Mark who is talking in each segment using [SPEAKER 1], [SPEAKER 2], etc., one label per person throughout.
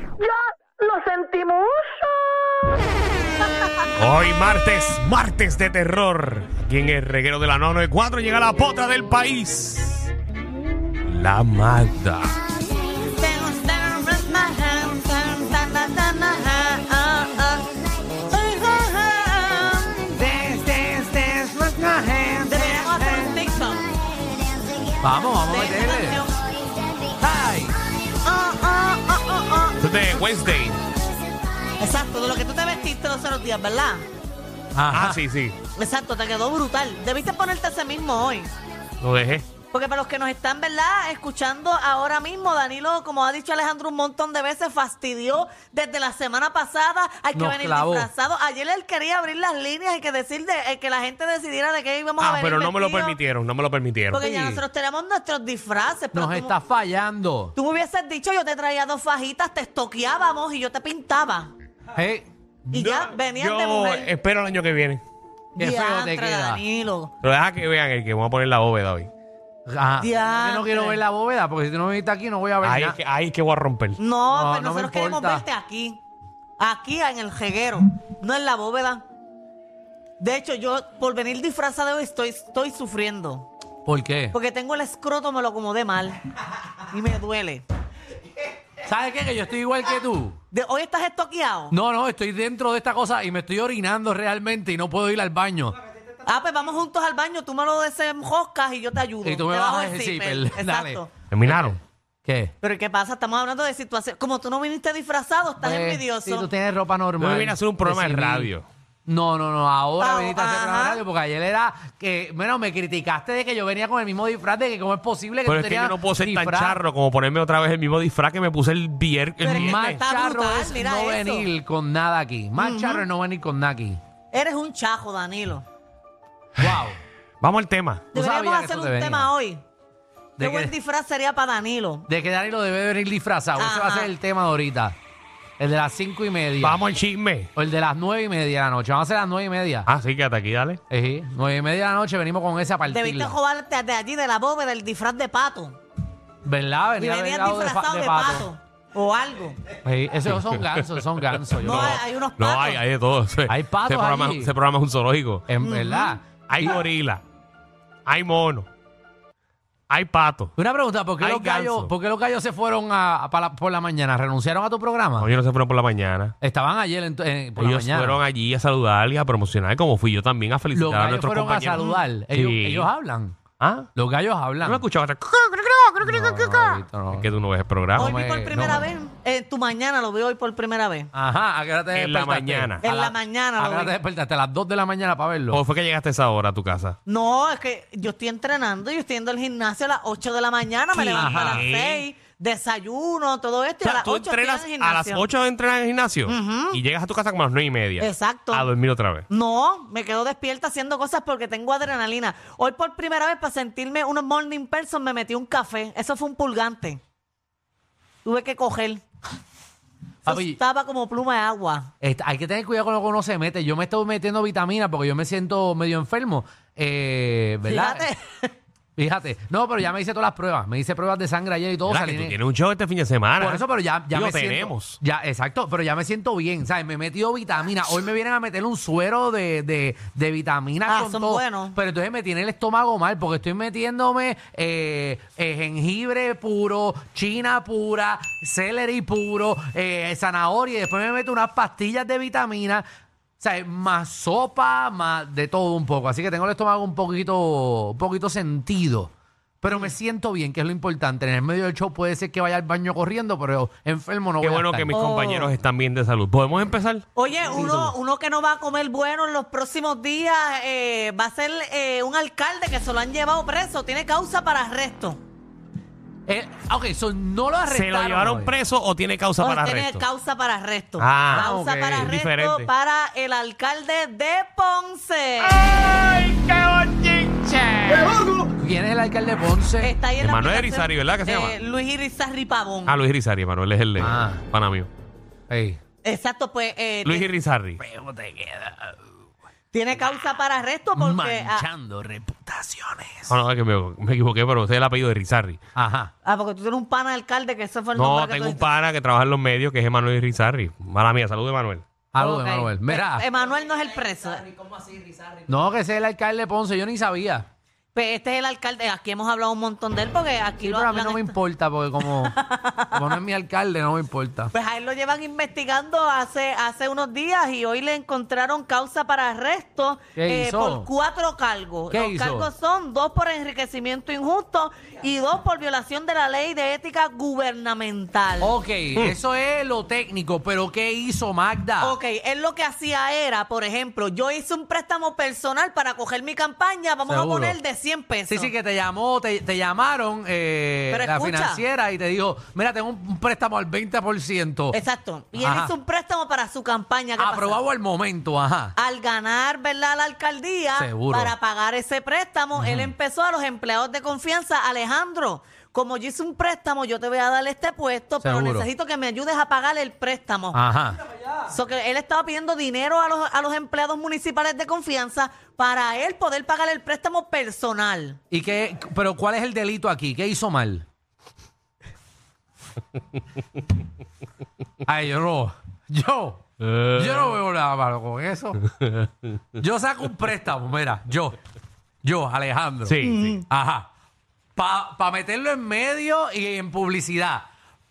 [SPEAKER 1] Lo, lo sentimos.
[SPEAKER 2] Hoy martes, martes de terror. Aquí en el reguero de la 994 llega la potra del país. La Magda.
[SPEAKER 3] Vamos, vamos a meterle. ¡Ay!
[SPEAKER 2] Esto es de Wednesday.
[SPEAKER 4] Exacto, de lo que tú te vestiste los otros días, ¿verdad?
[SPEAKER 2] Ah,
[SPEAKER 3] Ajá.
[SPEAKER 2] sí, sí.
[SPEAKER 4] Exacto, te quedó brutal. Debiste ponerte ese mismo hoy.
[SPEAKER 2] Lo dejé.
[SPEAKER 4] Porque para los que nos están, ¿verdad? Escuchando ahora mismo, Danilo, como ha dicho Alejandro un montón de veces, fastidió desde la semana pasada. Hay que
[SPEAKER 3] Nos
[SPEAKER 4] venir
[SPEAKER 3] clavó.
[SPEAKER 4] disfrazado. Ayer él quería abrir las líneas y que decir de, eh, que la gente decidiera de qué íbamos a
[SPEAKER 2] Ah,
[SPEAKER 4] venir
[SPEAKER 2] pero no me lo
[SPEAKER 4] vestidos.
[SPEAKER 2] permitieron, no me lo permitieron.
[SPEAKER 4] Porque ya
[SPEAKER 3] Sí.
[SPEAKER 4] nosotros tenemos nuestros disfraces. Pero
[SPEAKER 3] Nos
[SPEAKER 4] tú-
[SPEAKER 3] está fallando.
[SPEAKER 4] Tú me hubieses dicho, yo te traía dos fajitas, te estoqueábamos y yo te pintaba.
[SPEAKER 3] Hey,
[SPEAKER 4] Y ya
[SPEAKER 2] No,
[SPEAKER 4] venían
[SPEAKER 2] yo
[SPEAKER 4] de mujer.
[SPEAKER 2] espero el año que viene.
[SPEAKER 3] qué feo te
[SPEAKER 4] Diantre,
[SPEAKER 3] queda.
[SPEAKER 4] Danilo.
[SPEAKER 2] Pero deja que vean el que vamos a poner la bóveda hoy.
[SPEAKER 3] Ajá. ah, Yo no
[SPEAKER 4] Diantre.
[SPEAKER 3] quiero ver la bóveda porque si tú no viniste aquí no voy
[SPEAKER 4] pues
[SPEAKER 3] a ver
[SPEAKER 2] Ahí es
[SPEAKER 3] nada.
[SPEAKER 2] que, ahí es que voy a romper.
[SPEAKER 4] No,
[SPEAKER 3] No,
[SPEAKER 4] pero
[SPEAKER 3] no me
[SPEAKER 4] nosotros queremos
[SPEAKER 3] importa.
[SPEAKER 4] verte aquí. Aquí en el jeguero, no en la bóveda. De hecho, yo por venir disfrazada hoy estoy, estoy sufriendo.
[SPEAKER 3] ¿Por qué?
[SPEAKER 4] Porque tengo el escroto, me lo acomodé mal. Y me duele.
[SPEAKER 3] ¿Sabes qué? Que yo estoy igual que tú.
[SPEAKER 4] De, ¿Hoy estás estoqueado?
[SPEAKER 3] No, no, estoy dentro de esta cosa y me estoy orinando realmente y no puedo ir al baño.
[SPEAKER 4] Ah, pues vamos juntos al baño, tú me lo desenroscas y yo te ayudo.
[SPEAKER 3] Y tú me
[SPEAKER 4] Te
[SPEAKER 3] bajas el zipper, dale.
[SPEAKER 4] Exacto.
[SPEAKER 2] Terminaron.
[SPEAKER 3] ¿Qué?
[SPEAKER 4] Pero ¿qué pasa? Estamos hablando de situaciones. Como tú no viniste disfrazado, estás
[SPEAKER 3] Pues,
[SPEAKER 4] envidioso.
[SPEAKER 3] Si tú tienes ropa normal.
[SPEAKER 2] No me viene a hacer un programa de
[SPEAKER 3] civil.
[SPEAKER 2] radio.
[SPEAKER 3] No, no, no, ahora
[SPEAKER 4] Ah,
[SPEAKER 3] viniste a hacer programa de
[SPEAKER 4] ajá.
[SPEAKER 3] radio porque ayer era que, bueno, me criticaste de que yo venía con el mismo disfraz de que cómo es posible que
[SPEAKER 2] Pero
[SPEAKER 3] tú
[SPEAKER 2] es que
[SPEAKER 3] tenías
[SPEAKER 2] yo no puedo ser tan
[SPEAKER 3] disfraz.
[SPEAKER 2] charro como ponerme otra vez el mismo disfraz que me puse el vier. el
[SPEAKER 4] Pero es que
[SPEAKER 2] viernes.
[SPEAKER 3] Más
[SPEAKER 4] Está
[SPEAKER 3] charro
[SPEAKER 4] brutal,
[SPEAKER 3] es
[SPEAKER 4] mira
[SPEAKER 3] no
[SPEAKER 4] eso.
[SPEAKER 3] venir con nada aquí. Más charro es no venir con nada aquí.
[SPEAKER 4] Eres un chajo, Danilo.
[SPEAKER 3] Wow.
[SPEAKER 2] Vamos al tema.
[SPEAKER 3] Tú
[SPEAKER 4] Deberíamos
[SPEAKER 3] sabías que
[SPEAKER 4] hacer
[SPEAKER 3] eso
[SPEAKER 4] un
[SPEAKER 3] te venía.
[SPEAKER 4] tema hoy.
[SPEAKER 3] De
[SPEAKER 4] Qué
[SPEAKER 3] que-
[SPEAKER 4] buen disfraz sería para Danilo.
[SPEAKER 3] De que Danilo debe venir disfrazado. Ese va a
[SPEAKER 4] Ajá.
[SPEAKER 3] ser el tema de ahorita. El de las cinco y media.
[SPEAKER 2] Vamos al chisme.
[SPEAKER 3] O el de las nueve y media de la noche. Vamos a ser las nueve y media.
[SPEAKER 2] Ah, sí, quédate aquí, dale.
[SPEAKER 3] Ejí, nueve y media de la noche venimos con esa
[SPEAKER 4] Debiste
[SPEAKER 3] partida.
[SPEAKER 4] robarte de allí, de la bóveda, del disfraz de pato.
[SPEAKER 3] ¿Verdad?
[SPEAKER 4] Y
[SPEAKER 3] Venía
[SPEAKER 4] venías
[SPEAKER 3] delgado de, pa-
[SPEAKER 4] disfrazado de,
[SPEAKER 3] de
[SPEAKER 4] pato. O algo.
[SPEAKER 3] Ejí, esos son gansos, son gansos. Yo
[SPEAKER 4] No,
[SPEAKER 3] no-
[SPEAKER 4] hay unos patos.
[SPEAKER 2] No, hay, hay de todo. Ese-
[SPEAKER 3] Hay patos
[SPEAKER 2] ese programa,
[SPEAKER 3] allí.
[SPEAKER 2] ese programa es un zoológico.
[SPEAKER 3] En verdad.
[SPEAKER 2] Hay gorila. Hay mono. Hay pato.
[SPEAKER 3] Una pregunta, ¿por qué,
[SPEAKER 2] Hay
[SPEAKER 3] los gallos,
[SPEAKER 2] ganso.
[SPEAKER 3] por qué los gallos se fueron a, a- pa la- por la mañana? ¿Renunciaron a tu programa?
[SPEAKER 2] No, ellos no se fueron por la mañana.
[SPEAKER 3] Estaban ayer en- en- Ah. por
[SPEAKER 2] ellos
[SPEAKER 3] la mañana.
[SPEAKER 2] fueron allí a saludar y a promocionar, como fui yo también a felicitar
[SPEAKER 3] los
[SPEAKER 2] a
[SPEAKER 3] gallos
[SPEAKER 2] nuestros
[SPEAKER 3] fueron a
[SPEAKER 2] compañeros.
[SPEAKER 3] saludar. Ellos,
[SPEAKER 2] Sí.
[SPEAKER 3] ellos hablan.
[SPEAKER 2] ¿Ah?
[SPEAKER 3] Los gallos hablan.
[SPEAKER 2] No me escuchaba.
[SPEAKER 3] Ah. No, no, Vito, no.
[SPEAKER 2] Es que tú no ves el programa.
[SPEAKER 4] hoy vi
[SPEAKER 3] me-
[SPEAKER 4] por primera
[SPEAKER 3] no me-
[SPEAKER 4] vez. En tu mañana lo veo hoy por primera vez.
[SPEAKER 3] Ajá, ¿a qué hora te
[SPEAKER 2] En la
[SPEAKER 3] despertaste?
[SPEAKER 2] mañana.
[SPEAKER 4] En
[SPEAKER 3] A
[SPEAKER 4] la mañana
[SPEAKER 3] ¿A
[SPEAKER 4] lo
[SPEAKER 3] qué hora
[SPEAKER 4] vi.
[SPEAKER 3] te despertaste? A las 2 de la mañana para verlo.
[SPEAKER 2] ¿O fue que llegaste a esa hora a tu casa?
[SPEAKER 4] No, es que yo estoy entrenando, yo estoy yendo al gimnasio a las 8 de la mañana, me
[SPEAKER 2] ¿Qué?
[SPEAKER 4] levanto a las 6, desayuno, todo esto, y a las 8 estoy en el
[SPEAKER 2] a
[SPEAKER 4] gimnasio.
[SPEAKER 2] las 8 entrenas en el gimnasio y llegas a tu casa como a las 9 y media.
[SPEAKER 4] Exacto.
[SPEAKER 2] A dormir otra vez.
[SPEAKER 4] No, me quedo despierta haciendo cosas porque tengo adrenalina. Hoy por primera vez para sentirme un morning person me metí un café. Eso fue un pulgante. Tuve que coger. Eso
[SPEAKER 3] Papi.
[SPEAKER 4] estaba como pluma de agua.
[SPEAKER 3] Est- hay que tener cuidado con lo que uno se mete. Yo me estoy metiendo vitaminas porque yo me siento medio enfermo. Eh, ¿Verdad?
[SPEAKER 4] Fíjate.
[SPEAKER 3] Fíjate. No, pero ya me hice todas las pruebas. Me hice pruebas de sangre ayer y todo.
[SPEAKER 2] ¿Verdad que
[SPEAKER 3] salí
[SPEAKER 2] tú
[SPEAKER 3] ne-
[SPEAKER 2] tienes un show este fin de semana.
[SPEAKER 3] Por eso, pero ya, ya
[SPEAKER 2] Digo,
[SPEAKER 3] me siento-
[SPEAKER 2] tenemos.
[SPEAKER 3] ya, exacto, pero ya me siento bien, ¿sabes? Me he metido vitamina. Hoy me vienen a meter un suero de, de, de vitaminas
[SPEAKER 4] Ah,
[SPEAKER 3] con
[SPEAKER 4] son
[SPEAKER 3] todo.
[SPEAKER 4] buenos.
[SPEAKER 3] Pero entonces me tiene el estómago mal porque estoy metiéndome eh, eh, jengibre puro, china pura, celery puro, eh, zanahoria y después me meto unas pastillas de vitamina. O sea, más sopa, más de todo un poco. Así que tengo el estómago un poquito, un poquito sentido. Pero me siento bien, que es lo importante. En el medio del show puede ser que vaya al baño corriendo, pero enfermo no
[SPEAKER 2] Qué
[SPEAKER 3] voy a
[SPEAKER 2] bueno
[SPEAKER 3] estar.
[SPEAKER 2] que mis
[SPEAKER 4] Oh.
[SPEAKER 2] compañeros están bien de salud. ¿Podemos empezar?
[SPEAKER 4] Oye, uno, uno que no va a comer bueno en los próximos días eh, va a ser eh, un alcalde que se lo han llevado preso. Tiene causa para arresto.
[SPEAKER 3] Eh, ok, so no lo arrestaron.
[SPEAKER 2] ¿Se lo llevaron
[SPEAKER 3] hoy.
[SPEAKER 2] preso o tiene causa
[SPEAKER 4] O
[SPEAKER 2] para
[SPEAKER 4] tiene
[SPEAKER 2] arresto?
[SPEAKER 4] causa para arresto.
[SPEAKER 2] Ah,
[SPEAKER 4] causa
[SPEAKER 3] ok,
[SPEAKER 4] para
[SPEAKER 2] es
[SPEAKER 4] arresto
[SPEAKER 2] diferente.
[SPEAKER 4] para el alcalde de Ponce.
[SPEAKER 3] ¿Quién es el alcalde de Ponce?
[SPEAKER 4] Está ahí en la
[SPEAKER 2] Emanuel
[SPEAKER 4] aplicación
[SPEAKER 2] Irizarry, ¿verdad que se
[SPEAKER 4] de
[SPEAKER 2] llama?
[SPEAKER 4] Luis Irizarry Pavón.
[SPEAKER 2] Ah, Luis Irizarri, Manuel es el de
[SPEAKER 3] Ah.
[SPEAKER 2] pana mío.
[SPEAKER 3] Ey.
[SPEAKER 4] Exacto, pues. eh,
[SPEAKER 2] Luis
[SPEAKER 4] te-
[SPEAKER 2] Irizarri.
[SPEAKER 4] Tiene causa para arresto porque. Ah,
[SPEAKER 3] Manchando reputaciones.
[SPEAKER 2] Ah, No, no, es que me, me equivoqué, pero ese es el apellido de Rizarri.
[SPEAKER 3] Ajá.
[SPEAKER 4] ah, porque tú tienes un pana alcalde que ese fue el
[SPEAKER 2] No,
[SPEAKER 4] nombre que
[SPEAKER 2] tengo
[SPEAKER 4] tú
[SPEAKER 2] un
[SPEAKER 4] dijiste.
[SPEAKER 2] pana que trabaja en los medios que es Emanuel Rizarri. Mala mía, salud, Emanuel.
[SPEAKER 3] Algo
[SPEAKER 4] Ok.
[SPEAKER 3] de Manuel. Mira,
[SPEAKER 4] Eh, Emanuel no es el preso.
[SPEAKER 3] no, que ese es el alcalde de Ponce, yo ni sabía.
[SPEAKER 4] Pues este es el alcalde. Aquí hemos hablado un montón de él porque aquí
[SPEAKER 3] Sí,
[SPEAKER 4] lo
[SPEAKER 3] pero a mí
[SPEAKER 4] hablan
[SPEAKER 3] no me
[SPEAKER 4] esto-
[SPEAKER 3] importa porque como, como no es mi alcalde, no me importa.
[SPEAKER 4] Pues a él lo llevan investigando hace, hace unos días y hoy le encontraron causa para arresto eh,
[SPEAKER 3] ¿Qué hizo?
[SPEAKER 4] por cuatro cargos.
[SPEAKER 3] ¿Qué
[SPEAKER 4] Los
[SPEAKER 3] hizo?
[SPEAKER 4] cargos son dos por enriquecimiento injusto y dos por violación de la ley de ética gubernamental.
[SPEAKER 3] Ok,
[SPEAKER 4] Mm.
[SPEAKER 3] eso es lo técnico, pero ¿qué hizo Magda?
[SPEAKER 4] Ok, él lo que hacía era, por ejemplo, yo hice un préstamo personal para coger mi campaña, vamos
[SPEAKER 3] Seguro.
[SPEAKER 4] a poner de 100 pesos.
[SPEAKER 3] Sí, sí, que te llamó, te, te llamaron eh,
[SPEAKER 4] Pero
[SPEAKER 3] la
[SPEAKER 4] escucha.
[SPEAKER 3] financiera y te dijo, mira, tengo un préstamo al 20%.
[SPEAKER 4] Exacto. Y él
[SPEAKER 3] Ajá. Ah,
[SPEAKER 4] hizo un préstamo para su campaña. ¿qué pasa?
[SPEAKER 3] Aprobado al momento, ajá.
[SPEAKER 4] al ganar, ¿verdad?, la alcaldía
[SPEAKER 3] Seguro.
[SPEAKER 4] para pagar ese préstamo, él empezó a los empleados de confianza, Alejandro, como yo hice un préstamo, yo te voy a dar este puesto, pero
[SPEAKER 3] Seguro. Ah.
[SPEAKER 4] necesito que me ayudes a pagar el préstamo.
[SPEAKER 3] Ajá.
[SPEAKER 4] So que él estaba pidiendo dinero a los, a los empleados municipales de confianza para él poder pagar el préstamo personal.
[SPEAKER 3] ¿Y qué, pero cuál es el delito aquí? ¿Qué hizo mal? Ay, yo no. Yo. Yo no veo nada malo con eso. Yo saco un préstamo, mira, yo. Yo, Alejandro.
[SPEAKER 2] Sí, sí.
[SPEAKER 3] Ajá. Para meterlo en medio y en publicidad.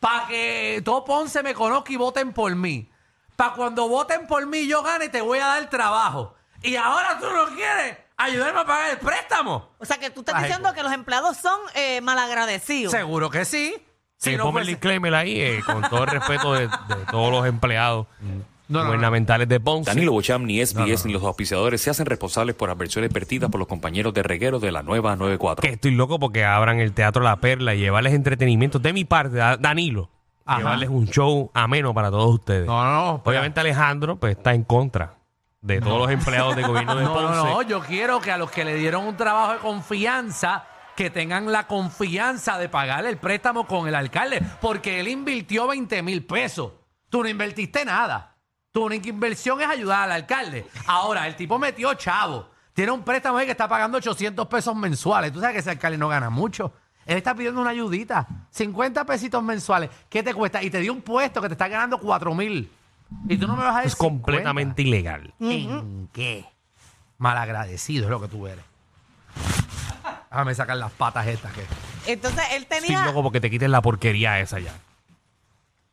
[SPEAKER 3] Para que todo Ponce me conozca y voten por mí. Para cuando voten por mí yo gane, te voy a dar trabajo. Y ahora tú no quieres ayudarme a pagar el préstamo.
[SPEAKER 4] O sea que tú estás
[SPEAKER 3] Ay,
[SPEAKER 4] diciendo que los empleados son eh, malagradecidos.
[SPEAKER 3] Seguro que sí. Si
[SPEAKER 2] Eh,
[SPEAKER 3] no
[SPEAKER 2] ponme
[SPEAKER 3] fuese-
[SPEAKER 2] el disclaimer ahí, eh, con todo el respeto de, de todos los empleados
[SPEAKER 3] No, no, no.
[SPEAKER 2] gubernamentales de Ponce.
[SPEAKER 5] Danilo Bocham, ni SBS, ni los auspiciadores se hacen responsables por adversiones vertidas por los compañeros de reguero de la nueva 94.
[SPEAKER 2] Que estoy loco porque abran el Teatro La Perla y llevarles entretenimiento de mi parte, a Danilo.
[SPEAKER 3] Ajá.
[SPEAKER 2] Llevarles un show ameno para todos ustedes.
[SPEAKER 3] No, no, no.
[SPEAKER 2] Obviamente Alejandro pues está en contra de todos los empleados del gobierno de
[SPEAKER 3] No,
[SPEAKER 2] Ponce.
[SPEAKER 3] no, no, yo quiero que a los que le dieron un trabajo de confianza, que tengan la confianza de pagar el préstamo con el alcalde, porque él invirtió 20 mil pesos. Tú no invertiste nada. Tu única inversión es ayudar al alcalde. Ahora, el tipo metió chavo. Tiene un préstamo ahí que está pagando 800 pesos mensuales. Tú sabes que ese alcalde no gana mucho. Él está pidiendo una ayudita. 50 pesitos mensuales. ¿Qué te cuesta? Y te dio un puesto que te está ganando 4 mil. Y tú no me vas a decir.
[SPEAKER 2] Es completamente ilegal.
[SPEAKER 3] ¿En qué? Malagradecido es lo que tú eres. Déjame sacar las patas estas que.
[SPEAKER 4] Entonces él
[SPEAKER 2] Estoy
[SPEAKER 4] tenía...
[SPEAKER 2] loco porque te quiten la porquería esa ya.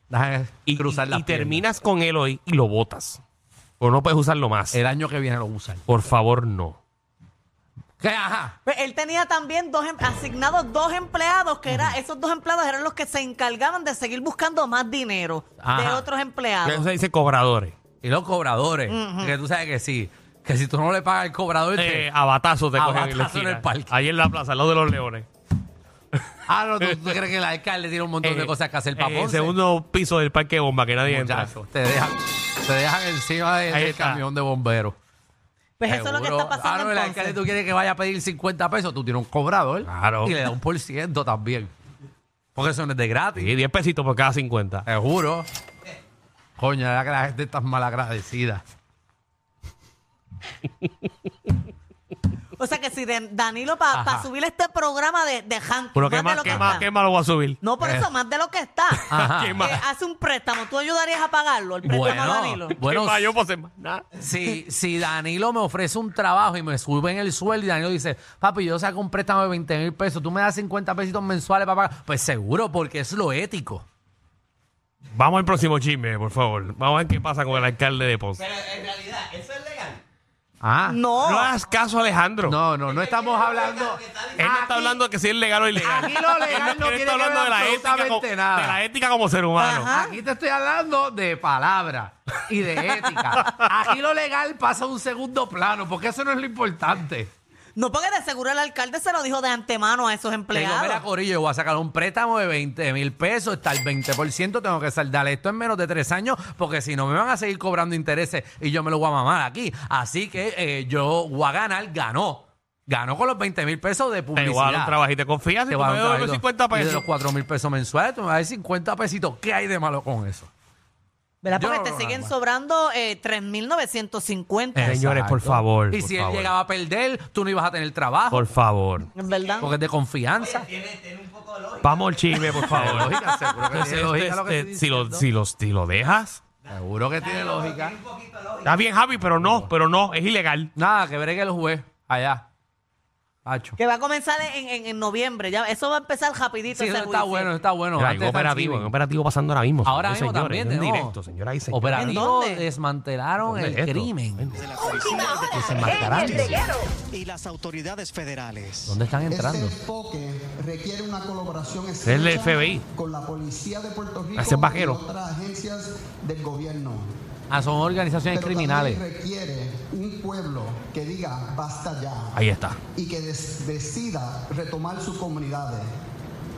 [SPEAKER 3] Déjame
[SPEAKER 2] Y,
[SPEAKER 3] cruzar
[SPEAKER 2] y-
[SPEAKER 3] las
[SPEAKER 2] y
[SPEAKER 3] piernas.
[SPEAKER 2] terminas con él hoy y lo botas. O no puedes usarlo más.
[SPEAKER 3] El año que viene lo usan.
[SPEAKER 2] Por favor, no.
[SPEAKER 3] ¿Qué? Ajá.
[SPEAKER 4] Pues él tenía también dos em- asignados dos empleados, que era, esos dos empleados eran los que se encargaban de seguir buscando más dinero de
[SPEAKER 3] Ajá.
[SPEAKER 4] otros
[SPEAKER 2] Eso
[SPEAKER 4] empleados.
[SPEAKER 2] se dice cobradores.
[SPEAKER 3] Y los cobradores. Que tú sabes que sí. Que si tú no le pagas al cobrador.
[SPEAKER 2] Eh,
[SPEAKER 3] te-
[SPEAKER 2] a batazo te
[SPEAKER 3] A
[SPEAKER 2] cogen en la
[SPEAKER 3] batazo en
[SPEAKER 2] esquina.
[SPEAKER 3] el parque.
[SPEAKER 2] Ahí en la plaza, al lado de los leones.
[SPEAKER 3] Ah, no, ¿tú, tú crees que el alcalde tiene un montón de
[SPEAKER 2] Eh,
[SPEAKER 3] cosas que hacer
[SPEAKER 2] eh,
[SPEAKER 3] para Ponce?
[SPEAKER 2] segundo piso del parque bomba que nadie entra.
[SPEAKER 3] Muchacho, te dejan, te dejan encima de-
[SPEAKER 2] Ahí
[SPEAKER 3] del
[SPEAKER 2] está.
[SPEAKER 3] camión de bomberos.
[SPEAKER 4] Pues eso es lo que
[SPEAKER 3] Seguro.
[SPEAKER 4] está pasando
[SPEAKER 3] Ah, no, el
[SPEAKER 4] en Ponce.
[SPEAKER 3] alcalde tú quieres que vaya a pedir 50 pesos, tú tienes un cobrador.
[SPEAKER 2] Claro.
[SPEAKER 3] Y le da un por ciento también. Porque eso no es de gratis.
[SPEAKER 2] Sí, 10 pesitos por cada 50.
[SPEAKER 3] Eh. Seguro. Coño, ya que la gente está malagradecida.
[SPEAKER 4] O sea que si de- Danilo, para
[SPEAKER 3] Ajá.
[SPEAKER 4] subir este programa de, de Hank,
[SPEAKER 2] Pero
[SPEAKER 4] de
[SPEAKER 2] qué más,
[SPEAKER 4] lo
[SPEAKER 2] qué
[SPEAKER 4] que
[SPEAKER 2] más,
[SPEAKER 4] está.
[SPEAKER 2] qué más lo voy a subir.
[SPEAKER 4] No, por eso, más de lo que está.
[SPEAKER 3] Ajá.
[SPEAKER 2] ¿Qué
[SPEAKER 4] Eh,
[SPEAKER 2] más?
[SPEAKER 4] hace un préstamo, ¿tú ayudarías a pagarlo? El préstamo a Danilo.
[SPEAKER 3] Bueno, bueno
[SPEAKER 2] ¿Qué pues. más? Yo puedo hacer más. Nada.
[SPEAKER 3] si, si Danilo me ofrece un trabajo y me suben el sueldo y Danilo dice, papi, yo saco un préstamo de 20 mil pesos, tú me das 50 pesitos mensuales para pagar. Pues seguro, porque es lo ético.
[SPEAKER 2] Vamos al próximo chisme, por favor. Vamos a ver qué pasa con el alcalde de Ponce.
[SPEAKER 3] Ah.
[SPEAKER 4] No.
[SPEAKER 2] No hagas caso, Alejandro.
[SPEAKER 3] No, no, no estamos hablando.
[SPEAKER 2] Él no está hablando de que si es legal o ilegal.
[SPEAKER 3] aquí lo legal
[SPEAKER 2] Él
[SPEAKER 3] no
[SPEAKER 2] él
[SPEAKER 3] tiene
[SPEAKER 2] está
[SPEAKER 3] que
[SPEAKER 2] hablando
[SPEAKER 3] ver
[SPEAKER 2] de la ética como,
[SPEAKER 3] absolutamente
[SPEAKER 2] de
[SPEAKER 3] nada.
[SPEAKER 2] la ética como ser humano.
[SPEAKER 4] Ajá.
[SPEAKER 3] Aquí te estoy hablando de palabras y de ética. Aquí lo legal pasa a un segundo plano, porque eso no es lo importante.
[SPEAKER 4] No, porque de seguro el alcalde se lo dijo de antemano a esos
[SPEAKER 3] Le digo, mira,
[SPEAKER 4] empleados.
[SPEAKER 3] Corillo, yo voy a sacar un préstamo de 20 mil pesos, está el 20%, tengo que saldar esto en menos de tres años, porque si no me van a seguir cobrando intereses y yo me lo voy a mamar aquí. Así que eh, yo voy a ganar, ganó. Ganó con los 20 mil pesos de
[SPEAKER 2] Te
[SPEAKER 3] publicidad.
[SPEAKER 2] voy a dar un trabajito. Confías y
[SPEAKER 3] Te
[SPEAKER 2] tú
[SPEAKER 3] voy a
[SPEAKER 2] me
[SPEAKER 3] dar un
[SPEAKER 2] das
[SPEAKER 3] trabajito.
[SPEAKER 2] 50
[SPEAKER 3] Y De
[SPEAKER 2] pesos.
[SPEAKER 3] los 4 mil pesos mensuales, tú me vas a dar 50 pesitos. ¿Qué hay de malo con eso?
[SPEAKER 4] ¿Verdad?
[SPEAKER 3] Yo
[SPEAKER 4] Porque
[SPEAKER 3] no
[SPEAKER 4] te
[SPEAKER 3] lo
[SPEAKER 4] siguen
[SPEAKER 3] hago.
[SPEAKER 4] sobrando eh, 3.950.
[SPEAKER 2] Eh. Señores, por favor,
[SPEAKER 3] Y
[SPEAKER 2] por
[SPEAKER 3] si él
[SPEAKER 2] favor.
[SPEAKER 3] llegaba a perder, tú no ibas a tener trabajo.
[SPEAKER 2] Por favor.
[SPEAKER 4] ¿Verdad?
[SPEAKER 3] Porque es de confianza.
[SPEAKER 2] Vamos al chisme, por
[SPEAKER 3] Tiene
[SPEAKER 2] favor.
[SPEAKER 3] lógica, seguro que tiene
[SPEAKER 2] Entonces,
[SPEAKER 3] lógica
[SPEAKER 2] este,
[SPEAKER 3] lo que
[SPEAKER 2] este,
[SPEAKER 3] estoy
[SPEAKER 2] si, lo,
[SPEAKER 3] diciendo.
[SPEAKER 2] si, los- si lo dejas,
[SPEAKER 3] Seguro que tiene lógica.
[SPEAKER 2] está bien, Javi, pero no, pero no, es ilegal.
[SPEAKER 3] Nada, que veré que el juez allá. Hacho.
[SPEAKER 4] Que va a comenzar en, en- en noviembre. Ya, eso va a empezar rapidito.
[SPEAKER 3] Sí,
[SPEAKER 4] ese
[SPEAKER 3] eso está
[SPEAKER 4] juicio.
[SPEAKER 3] bueno, está bueno.
[SPEAKER 2] Mira,
[SPEAKER 3] Antes
[SPEAKER 2] en
[SPEAKER 3] de
[SPEAKER 2] operativo, en
[SPEAKER 3] Thanksgiving.
[SPEAKER 2] operativo pasando ahora mismo.
[SPEAKER 3] Ahora
[SPEAKER 2] señores,
[SPEAKER 3] mismo
[SPEAKER 2] señores,
[SPEAKER 3] también,
[SPEAKER 2] En
[SPEAKER 3] ¿no?
[SPEAKER 2] directo, señoras y señores.
[SPEAKER 3] Operativo
[SPEAKER 4] ¿En dónde?
[SPEAKER 3] desmantelaron
[SPEAKER 2] ¿Dónde
[SPEAKER 3] el
[SPEAKER 2] es esto?
[SPEAKER 3] crimen.
[SPEAKER 2] ¿Dónde?
[SPEAKER 6] Que se
[SPEAKER 2] marcarán.
[SPEAKER 1] En el reguero.
[SPEAKER 6] y las autoridades federales.
[SPEAKER 3] ¿Dónde están entrando?
[SPEAKER 7] Este enfoque requiere una colaboración
[SPEAKER 2] el
[SPEAKER 7] estrecha
[SPEAKER 2] FBI.
[SPEAKER 7] con la policía de Puerto Rico
[SPEAKER 2] Ese es vaquero.
[SPEAKER 7] y otras agencias del gobierno.
[SPEAKER 3] Ah, son organizaciones
[SPEAKER 7] Pero
[SPEAKER 3] criminales.
[SPEAKER 7] también requiere un pueblo que diga basta ya
[SPEAKER 2] Ahí está.
[SPEAKER 7] y que des- decida retomar sus comunidades.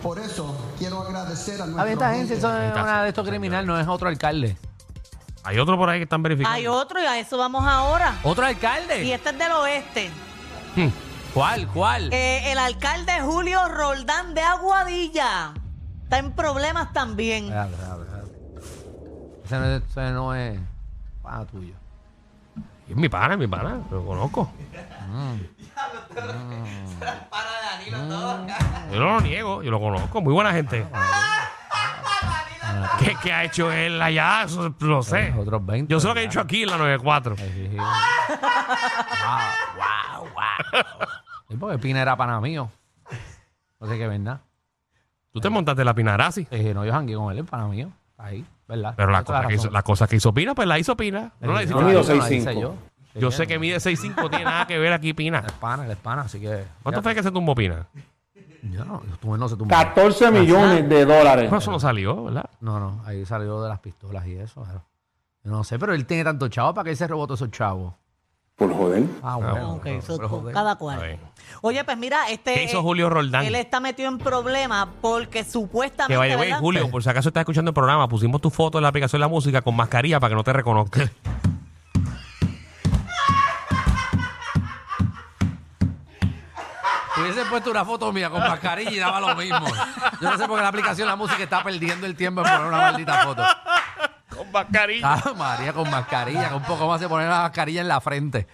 [SPEAKER 7] Por eso quiero agradecer a
[SPEAKER 3] Ah, bien,
[SPEAKER 7] nuestra
[SPEAKER 3] esta gente
[SPEAKER 7] gente.
[SPEAKER 3] es
[SPEAKER 2] está,
[SPEAKER 3] una de estos
[SPEAKER 2] señores.
[SPEAKER 3] criminales, no es otro alcalde.
[SPEAKER 2] Hay otro por ahí que están verificando.
[SPEAKER 4] Hay otro y a eso vamos ahora.
[SPEAKER 3] ¿Otro
[SPEAKER 4] Y
[SPEAKER 3] alcalde?
[SPEAKER 4] este es del oeste.
[SPEAKER 3] ¿Cuál? ¿Cuál?
[SPEAKER 4] Eh, el alcalde Julio Roldán de Aguadilla está en problemas también.
[SPEAKER 3] Espérate, espérate, espérate. Ese no es, ese no es pana tuyo.
[SPEAKER 2] Es mi pana, es mi pana, lo conozco.
[SPEAKER 3] Mm.
[SPEAKER 2] Yo no lo niego, yo lo conozco, muy buena gente.
[SPEAKER 3] Ah,
[SPEAKER 2] ¿Qué, qué ha hecho él allá? Eso Lo sé.
[SPEAKER 3] Los otros 20.
[SPEAKER 2] Yo sé lo que he hecho aquí en la 94.
[SPEAKER 3] wow, wow, wow. Sí, porque Pina era pana mío. No sé qué verdad.
[SPEAKER 2] Tú te montaste la Pinarasi.
[SPEAKER 3] Dije, no, yo jangué con él, es pana mío. Ahí, ¿verdad?
[SPEAKER 2] Pero las
[SPEAKER 3] Toda
[SPEAKER 2] cosas, que hizo,
[SPEAKER 3] razón.
[SPEAKER 2] las cosas que hizo Pina, pues la hizo Pina. No la hizo
[SPEAKER 3] No,
[SPEAKER 2] Pina.
[SPEAKER 3] no, la hice yo.
[SPEAKER 2] Yo sé que mide 6'5, tiene nada que ver aquí Pina.
[SPEAKER 3] Es pana, él es pana, así que.
[SPEAKER 2] ¿Cuánto fue que se tumbó Pina?
[SPEAKER 3] Yo no, tú no se tumbó.
[SPEAKER 8] 14 millones de dólares.
[SPEAKER 2] Bueno, eso no salió, ¿verdad?
[SPEAKER 3] No, no, ahí salió de las pistolas y eso. claro. Yo no sé, pero él tiene tanto chavo para que él se robó todos esos chavos.
[SPEAKER 8] Por joder.
[SPEAKER 3] Ah, bueno.
[SPEAKER 4] Ok,
[SPEAKER 3] pero-
[SPEAKER 4] eso
[SPEAKER 3] pero
[SPEAKER 4] tú,
[SPEAKER 3] joder.
[SPEAKER 4] cada
[SPEAKER 2] Está
[SPEAKER 4] cual.
[SPEAKER 2] bien.
[SPEAKER 4] Oye, pues mira, este.
[SPEAKER 2] ¿Qué hizo Julio Roldán?
[SPEAKER 4] Él está metido en problemas porque supuestamente.
[SPEAKER 2] Que vaya, güey,
[SPEAKER 4] ¿verdad?
[SPEAKER 2] Julio, por si acaso estás escuchando el programa, pusimos tu foto en la aplicación de la música con mascarilla para que no te reconozca.
[SPEAKER 3] Hubiese puesto una foto mía con mascarilla y daba lo mismo. Yo no sé por qué la aplicación de la música está perdiendo el tiempo en poner una maldita foto.
[SPEAKER 2] Con mascarilla.
[SPEAKER 3] Ah, María, con mascarilla, con un poco más de poner la mascarilla en la frente.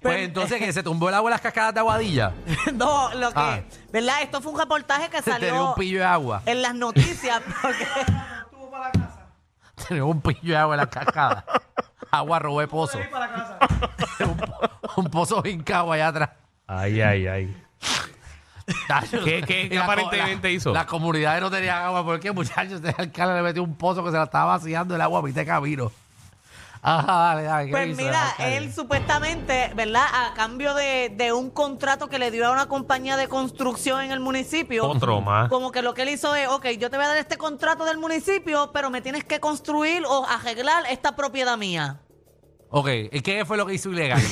[SPEAKER 3] Pues
[SPEAKER 4] Pero-
[SPEAKER 3] entonces que se tumbó el agua en las cascadas de aguadilla.
[SPEAKER 4] no, lo que.
[SPEAKER 3] Ah.
[SPEAKER 4] ¿Verdad? Esto fue un reportaje que
[SPEAKER 3] Tenía un
[SPEAKER 4] salió
[SPEAKER 3] pillo de agua.
[SPEAKER 4] en las noticias. Porque
[SPEAKER 3] Tenía un pillo de agua en las cascadas. Agua robé pozo. un, po- un pozo hincado allá atrás.
[SPEAKER 2] Ay, ay, ay. ¿Qué- qué- qué
[SPEAKER 3] Y la co-
[SPEAKER 2] aparentemente
[SPEAKER 3] la-
[SPEAKER 2] hizo?
[SPEAKER 3] Las comunidades no tenían agua. ¿Por qué, muchachos? Este alcalde le metió un pozo que se la estaba vaciando el agua a mitad de camino. Ajá, dale, dale, ¿qué
[SPEAKER 4] Pues
[SPEAKER 3] hizo el
[SPEAKER 4] mira,
[SPEAKER 3] alcalde?
[SPEAKER 4] él supuestamente, ¿verdad? A cambio de, de un contrato que le dio a una compañía de construcción en el municipio.
[SPEAKER 2] Otro más.
[SPEAKER 4] Como que lo que él hizo es, ok, yo te voy a dar este contrato del municipio, pero me tienes que construir o arreglar esta propiedad mía.
[SPEAKER 3] Ok, ¿y qué fue lo que hizo ilegal?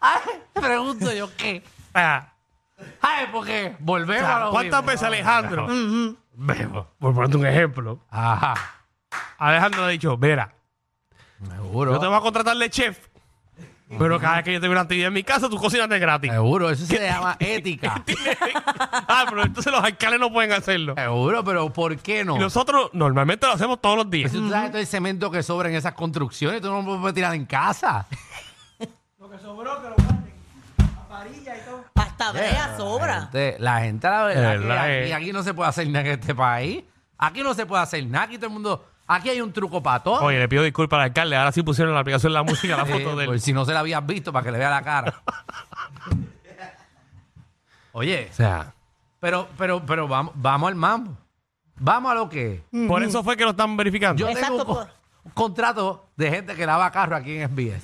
[SPEAKER 3] Ay, pregunto yo qué.
[SPEAKER 2] Ah,
[SPEAKER 3] Ay, porque volvemos a lo
[SPEAKER 2] ¿Cuántas
[SPEAKER 3] mismo.
[SPEAKER 2] veces Alejandro? Vemos, por ponerte un ejemplo.
[SPEAKER 3] Ajá,
[SPEAKER 2] Alejandro ha dicho, mira, yo
[SPEAKER 3] seguro.
[SPEAKER 2] te voy a contratar de chef, pero cada vez que yo tengo una actividad en mi casa, tú cocinas de gratis.
[SPEAKER 3] Seguro, eso se llama ética.
[SPEAKER 2] ah, pero entonces los alcaldes no pueden hacerlo.
[SPEAKER 3] Seguro, pero ¿por qué no?
[SPEAKER 2] Y nosotros normalmente lo hacemos todos los días.
[SPEAKER 3] Si tú sabes todo el cemento que sobra en esas construcciones, tú no lo puedes tirar en casa.
[SPEAKER 4] Hasta brea sobra.
[SPEAKER 3] Gente- la gente, la verdad,
[SPEAKER 2] Es
[SPEAKER 3] que
[SPEAKER 2] verdad,
[SPEAKER 3] aquí,
[SPEAKER 2] eh.
[SPEAKER 3] aquí no se puede hacer nada en este país. Aquí no se puede hacer nada. Aquí todo el mundo. Aquí hay un truco para todo.
[SPEAKER 2] Oye, le pido disculpas al alcalde. Ahora sí pusieron en la aplicación la música, la
[SPEAKER 3] Eh,
[SPEAKER 2] foto de
[SPEAKER 3] por
[SPEAKER 2] él.
[SPEAKER 3] si no se la habías visto, para que le vea la cara. Oye,
[SPEAKER 2] O sea,
[SPEAKER 3] pero, pero, pero vamos, vamos al mambo. Vamos a lo que es.
[SPEAKER 2] por eso fue que lo están verificando.
[SPEAKER 3] Yo
[SPEAKER 4] Exacto,
[SPEAKER 3] tengo un, co-
[SPEAKER 4] por-
[SPEAKER 3] un contrato de gente que lava carro aquí en SBS.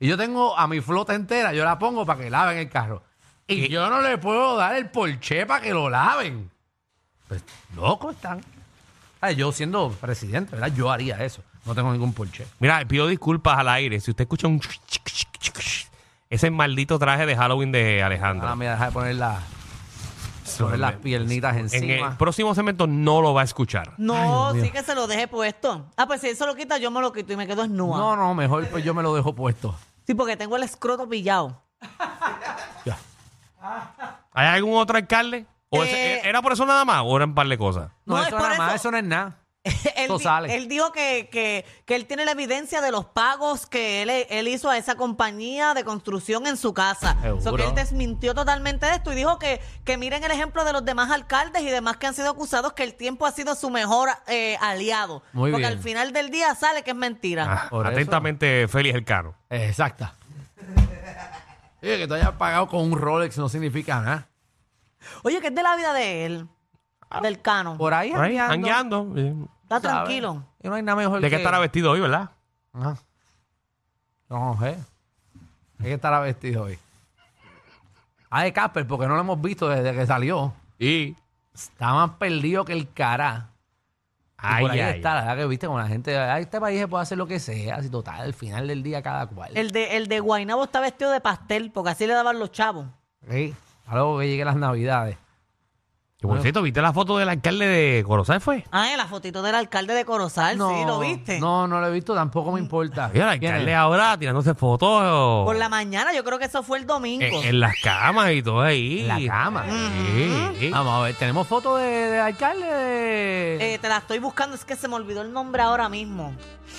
[SPEAKER 3] Y yo tengo a mi flota entera, yo la pongo para que laven el carro. Y yo no le puedo dar el porche para que lo laven. Pues, locos están. Ay, yo siendo presidente, ¿verdad? Yo haría eso. No tengo ningún porche.
[SPEAKER 2] Mira, pido disculpas al aire. Si usted escucha un... chuch, chuch, chuch, chuch, Ese maldito traje de Halloween de
[SPEAKER 3] Ahora
[SPEAKER 2] Alejandro.
[SPEAKER 3] me Ah, deja de poner, la- poner las piernitas
[SPEAKER 2] En
[SPEAKER 3] encima.
[SPEAKER 2] el próximo segmento no lo va a escuchar.
[SPEAKER 4] No, sí que se lo deje puesto. Ah, pues si eso lo quita, yo me lo quito y me quedo esnúa.
[SPEAKER 3] No, no, mejor pues yo me lo dejo puesto.
[SPEAKER 4] Sí, porque tengo el escroto pillado.
[SPEAKER 3] Ya.
[SPEAKER 2] ¿Hay algún otro alcalde? ¿O ese-
[SPEAKER 4] Eh,
[SPEAKER 2] ¿Era por eso nada más o eran un par de cosas?
[SPEAKER 3] No,
[SPEAKER 4] No, es
[SPEAKER 3] eso
[SPEAKER 4] por
[SPEAKER 3] nada más,
[SPEAKER 4] eso.
[SPEAKER 3] eso no es nada.
[SPEAKER 4] él,
[SPEAKER 3] Eso
[SPEAKER 4] di-
[SPEAKER 3] sale.
[SPEAKER 4] él dijo que, que- que él tiene la evidencia de los pagos que él, él hizo a esa compañía de construcción en su casa.
[SPEAKER 3] Seguro.
[SPEAKER 4] So que él desmintió totalmente de esto y dijo que, que miren el ejemplo de los demás alcaldes y demás que han sido acusados, que el tiempo ha sido su mejor eh, aliado.
[SPEAKER 3] Muy
[SPEAKER 4] Porque
[SPEAKER 3] bien.
[SPEAKER 4] al final del día sale que es mentira.
[SPEAKER 2] Ah,
[SPEAKER 3] por eso.
[SPEAKER 2] atentamente, Félix Elcano.
[SPEAKER 3] Exacta. Oye, que te hayas pagado con un Rolex no significa nada.
[SPEAKER 4] Oye, que es de la vida de él, del cano.
[SPEAKER 3] Ah, Por ahí,
[SPEAKER 2] Por ahí,
[SPEAKER 3] jangueando,
[SPEAKER 2] jangueando, eh.
[SPEAKER 4] Está
[SPEAKER 3] ¿sabes?
[SPEAKER 4] tranquilo.
[SPEAKER 3] Y no hay nada mejor
[SPEAKER 2] ¿De qué
[SPEAKER 3] que...
[SPEAKER 2] estará vestido hoy, verdad?
[SPEAKER 3] Ajá. No, sé. ¿De qué estará vestido hoy? Ah, de Casper, porque no lo hemos visto desde que salió.
[SPEAKER 2] Y.
[SPEAKER 3] Está más perdido que el cara. Y
[SPEAKER 2] Ay,
[SPEAKER 3] por ahí
[SPEAKER 2] ay,
[SPEAKER 3] está, la verdad que viste con la gente. "Ah, Este país se puede hacer lo que sea, si total, al final del día cada cual.
[SPEAKER 4] El de, el de Guaynabo está vestido de pastel porque así le daban los chavos.
[SPEAKER 3] Sí, a luego que lleguen las navidades.
[SPEAKER 2] Que,
[SPEAKER 3] Ah.
[SPEAKER 2] por cierto, ¿viste la foto del alcalde de Corozal fue?
[SPEAKER 4] Ah, la fotito del alcalde de Corozal, sí, ¿lo viste?
[SPEAKER 3] No, no lo he visto, tampoco me importa.
[SPEAKER 2] Mira, el
[SPEAKER 3] ¿Quién
[SPEAKER 2] alcalde
[SPEAKER 3] es?
[SPEAKER 2] ahora tirándose fotos.
[SPEAKER 4] Por la mañana, yo creo que eso fue Oh. el domingo.
[SPEAKER 2] en, en las camas y todo ahí.
[SPEAKER 3] En la cama.
[SPEAKER 2] Sí, sí.
[SPEAKER 3] Vamos a ver, tenemos fotos de, de alcalde. de-
[SPEAKER 4] Eh, te la estoy buscando, es que se me olvidó el nombre ahora mismo.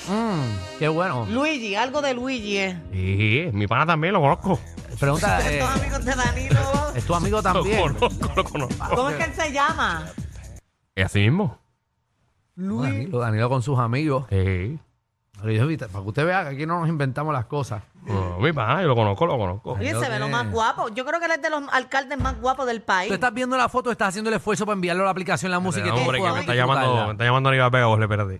[SPEAKER 3] Mm, qué bueno.
[SPEAKER 4] Luigi, algo de Luigi eh. es.
[SPEAKER 2] Sí, mi pana también lo conozco.
[SPEAKER 3] Pregunta, eh,
[SPEAKER 4] Estos amigos de Danilo.
[SPEAKER 3] es tu amigo también.
[SPEAKER 2] Lo conozco, lo conozco.
[SPEAKER 4] ¿Cómo es que él se llama?
[SPEAKER 2] ¿Es así mismo?
[SPEAKER 3] Danilo, Danilo con sus amigos.
[SPEAKER 2] Sí.
[SPEAKER 3] Pero yo, viste, para que usted vea que aquí no nos inventamos las cosas.
[SPEAKER 2] No, Oh, mi pana, yo lo conozco, lo conozco.
[SPEAKER 4] Oye,
[SPEAKER 3] Danilo
[SPEAKER 4] se ve lo
[SPEAKER 3] tiene-
[SPEAKER 4] más guapo. Yo creo que él es de los alcaldes más guapos del país.
[SPEAKER 3] Tú estás viendo la foto, estás haciendo el esfuerzo para enviarlo a la aplicación, la música. y
[SPEAKER 2] No,
[SPEAKER 3] todo, pues,
[SPEAKER 2] hombre, que
[SPEAKER 3] podamos
[SPEAKER 2] me está
[SPEAKER 3] disfrutarla.
[SPEAKER 2] llamando, me está llamando Aníbal Vega, vos le perdí.